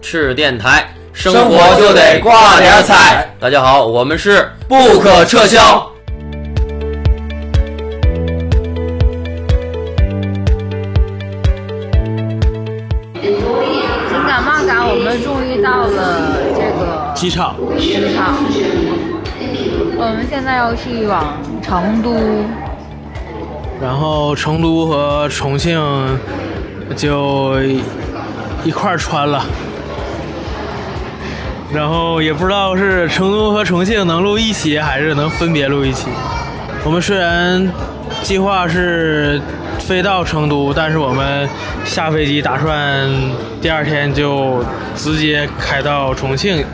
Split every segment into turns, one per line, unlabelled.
赤电台，生
生活就得挂点彩。
大家好，我们是
不可撤销。
情感漫感，我们终于到了这个
机场，
机场，我们现在要去往成都，
然后成都和重庆就一块儿穿了，然后也不知道是成都和重庆能录一期，还是能分别录一期。我们虽然计划是飞到成都，但是我们下飞机打算第二天就直接开到重庆，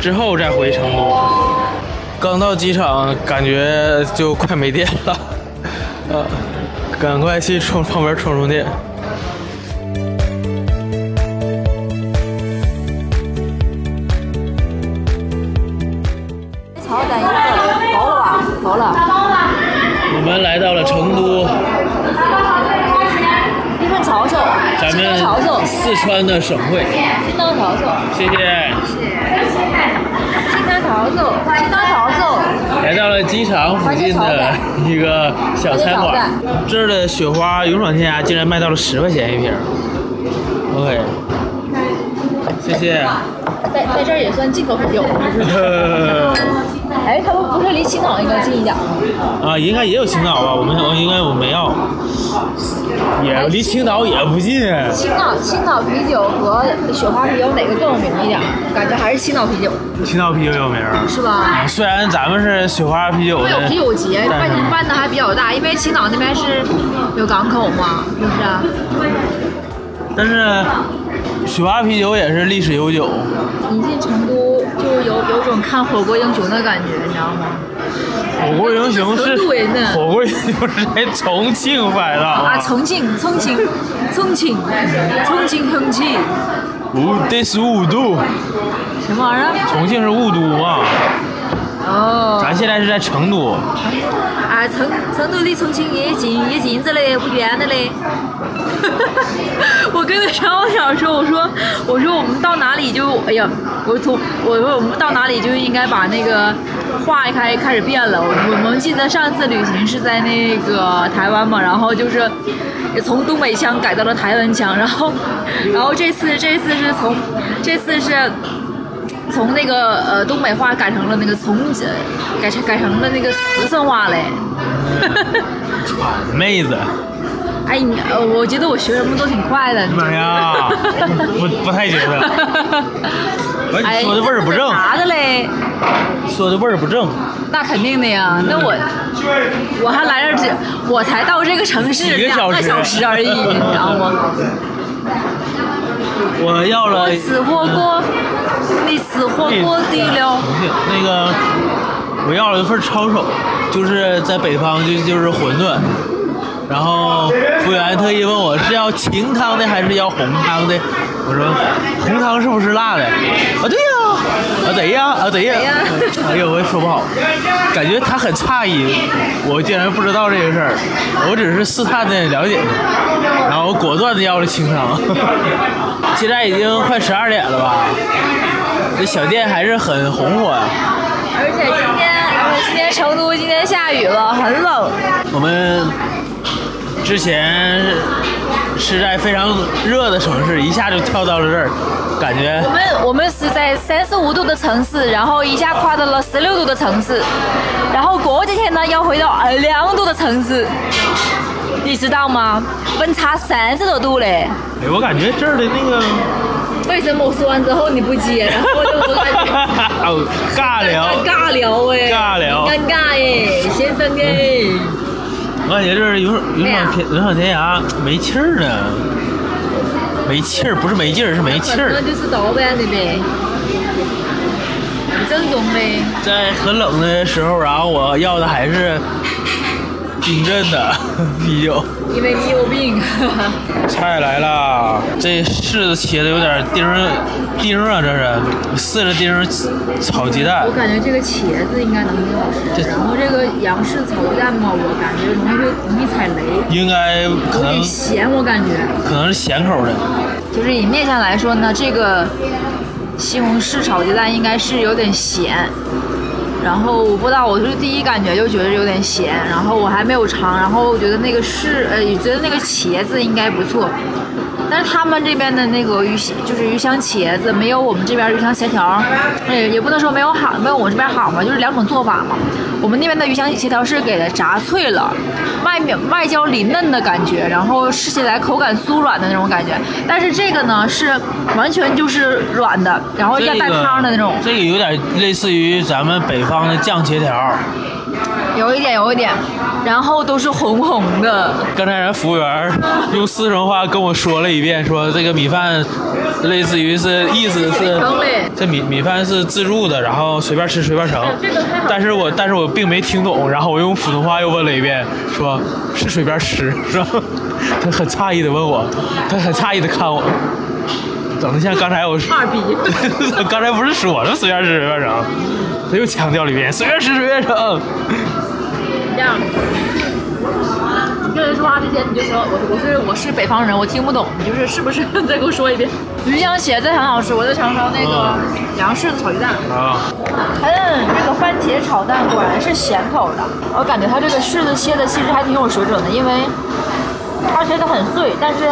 之后再回成都。刚到机场，感觉就快没电了，呃，赶快去充旁边充充电。
朝等一会儿，走了吧，走了，
我们来到了成都，
一份朝圣，
咱
一份朝圣
们，四川的省会，
新疆朝圣，
谢谢。
新疆朝圣，新疆朝圣，
来到了机场附近的一个小餐馆，这儿的雪花永爽天涯竟然卖到了十块钱一瓶儿，OK，谢 谢。
在在这儿也算进口酒。哎，他们不是离青岛应该近一点吗？
啊，应该也有青岛吧？我们我应该我没要，也离青岛也不近。啊
青岛青岛啤酒和雪花啤酒哪个更有名一点？感觉还是青岛啤酒
青岛啤酒有名儿
是吧？
啊，虽然咱们是雪花啤酒
会有
的，
啤酒节
但
办
是
办的还比较大，因为青岛那边是有港口嘛，是不啊是？
但是雪花啤酒也是历史悠久。
一进成都就有有种看火锅英雄的感觉，你知道吗？
火锅英雄
成
是
都人呢
火锅英雄是在重庆拍的
啊，重庆，重庆，重庆，重庆，重庆，
五得十五度，
什么玩意儿？
重庆是雾都嘛？
哦，
咱现在是在成都，
啊，成成都离重庆也近，也近着嘞，不远的嘞。 我跟那张小想说，我说我说我们到哪里就哎呀，我从我说我们到哪里就应该把那个划开开始变了。我我们记得上次旅行是在那个台湾嘛，然后就是从东北腔改到了台湾腔，然后然后这次这次是从这次是。从那个呃东北话改成了那个从呃改成改成了那个四川话嘞，
妹子，
哎，你呃，我觉得我学什么都挺快的。 你知道
妈呀
吗，
不不太觉得，不是
哎，
说的味儿不正，
啥的嘞？
说的味儿不正。
那肯定的呀。那我我还来这儿，我才到这个城市
几个
两
小时
个小时而已，你知道吗？
我要了
我吃火锅，你吃火锅底料
重庆那个，我要了一份抄手，就是在北方就就是馄饨，然后服务员特意问我是要清汤的还是要红汤的，我说红汤是不是辣的？啊对呀、啊对呀，啊对呀
呀，
哎呦我也说不好，感觉他很诧异，我竟然不知道这个事儿，我只是试探的了解他，然后果断的要了清汤。现在已经快十二点了吧？这小店还是很红火呀。
而且今天，而且今天成都今天下雨了，很冷。
我们之前是在非常热的城市，一下就跳到了这儿，感觉
我们我们是在三十五度的城市，然后一下跨到了十六度的城市，然后过几天呢要回到二两度的城市，你知道吗？温差三十多度嘞。
哎，我感觉这儿的那 个
为什么我说完之后你不接？然后我就我 感觉
哦尬聊，
尬聊哎，
尬聊嗯
尴尬哎，先生哎，
我感觉这儿有有
对呀
爽天有爽天涯没气儿呢，没气儿不是没劲儿是没气
反
儿
正，就是捣蛋的呗，很正宗呗。
在很冷的时候，然后我要的还是冰镇的 啤酒。
因为你有病，
菜来啦！这柿子切的有点丁儿丁儿啊，这是柿子丁儿炒鸡蛋
我，感觉这个茄子应该能挺好吃，
这
然后这个杨氏炒鸡蛋吧，我感觉容易容易踩雷，
应该可
有
能
点咸，我感觉。
可能是咸口的。
就是以面相来说呢，这个西红柿炒鸡蛋应该是有点咸。然后我不知道，我就第一感觉就觉得有点咸，然后我还没有尝，然后我觉得那个是呃，也觉得那个茄子应该不错，但是他们这边的那个鱼香就是鱼香茄子没有我们这边鱼香茄条，哎也不能说没有好，没有我这边好嘛，就是两种做法嘛。我们那边的鱼香茄条是给它炸脆了，外面外焦里嫩的感觉，然后吃起来口感酥软的那种感觉，但是这个呢是完全就是软的，然后要带汤的那种。
这个有点类似于咱们北方的酱茄条。
有一点，有一点，然后都是红红的，
刚才人服务员用四川话跟我说了一遍，说这个米饭类似于是意思是
城里
这米米饭是自助的，然后随便吃随便盛。但是我但是我并没听懂，然后我用普通话又问了一遍，说是随便吃是吧？ 他很诧异的问我，他很诧异的看我，整的像刚才我说。
二逼。
刚才不是说了随便吃随便整，他又强调了一遍随便吃随便整。
这样，你跟人说话之前你就说我我是我是北方人，我听不懂，你就是是不是 再给我说一遍？嗯鱼香茄子很好吃，我在尝尝那个杨柿子炒鸡蛋。
啊，
嗯，这个番茄炒蛋果然是咸口的。我感觉它这个柿子切的其实还挺有水准的，因为它切的很碎，但是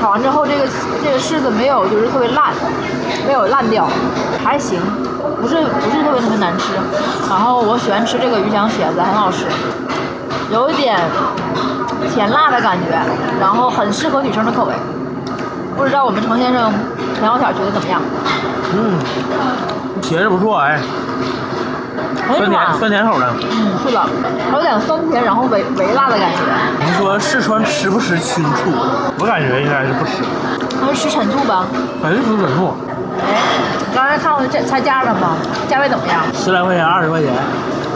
炒完之后这个这个柿子没有就是特别烂，没有烂掉，还行，不是不是特别特别难吃。然后我喜欢吃这个鱼香茄子，很好吃，有一点甜辣的感觉，然后很适合女生的口味。不知道我们程先生陈小小觉得怎么样？
嗯，茄子不错哎。
很
酸
软
甜，酸甜口的。
嗯，是的，还有点酸甜，然后微微辣的感觉。
你说四川吃不吃青醋？我感觉应该是不吃，
那就吃陈醋吧。
肯定吃纯醋，
哎，你刚才看我这菜价了吗？价位怎么样？
十来块钱二十块钱，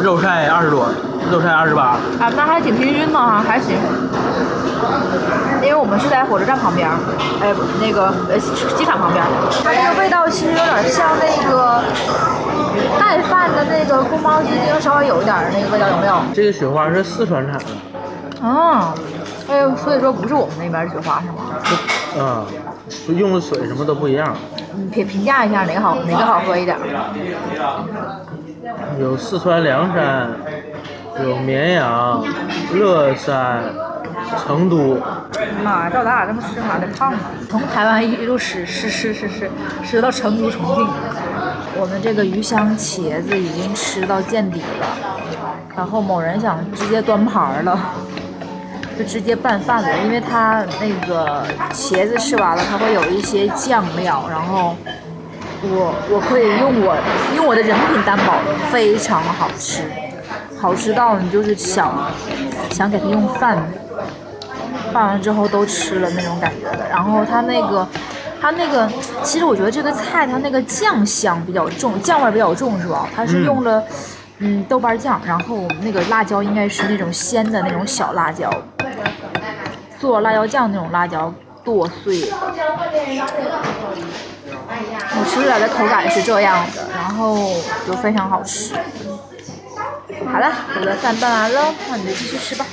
肉菜二十多，肉菜二十八。
啊，那还挺平均的哈，还行。因为我们是在火车站旁边儿，哎，不那个呃机场旁边儿。它这个味道其实有点像那个带饭的那个宫保鸡丁，稍微有一点儿那个味道，有没有？
这个雪花是四川产的，
嗯，哎，所以说不是我们那边儿的雪花是吗？
就啊，用的水什么都不一样，
你嗯评评价一下哪个好，哪个好喝一点儿？
有四川凉山，有绵阳、乐山、成都。
妈呀！照咱俩这么吃法，得胖了。从台湾一路吃吃吃吃吃吃到成都、重庆。我们这个鱼香茄子已经吃到见底了，然后某人想直接端盘儿了，就直接拌饭了，因为它那个茄子吃完了，它会有一些酱料，然后我我可以用我用我的人品担保，非常好吃，好吃到你就是想想给它用饭拌完之后都吃了那种感觉的。然后它那个，它那个，其实我觉得这个菜它那个酱香比较重，酱味儿比较重是吧？它是用了嗯豆瓣酱，然后那个辣椒应该是那种鲜的那种小辣椒，做辣椒酱那种辣椒剁碎了。我吃出来的口感是这样的，然后就非常好吃。好了，我的饭拌完了，那你就继续吃吧。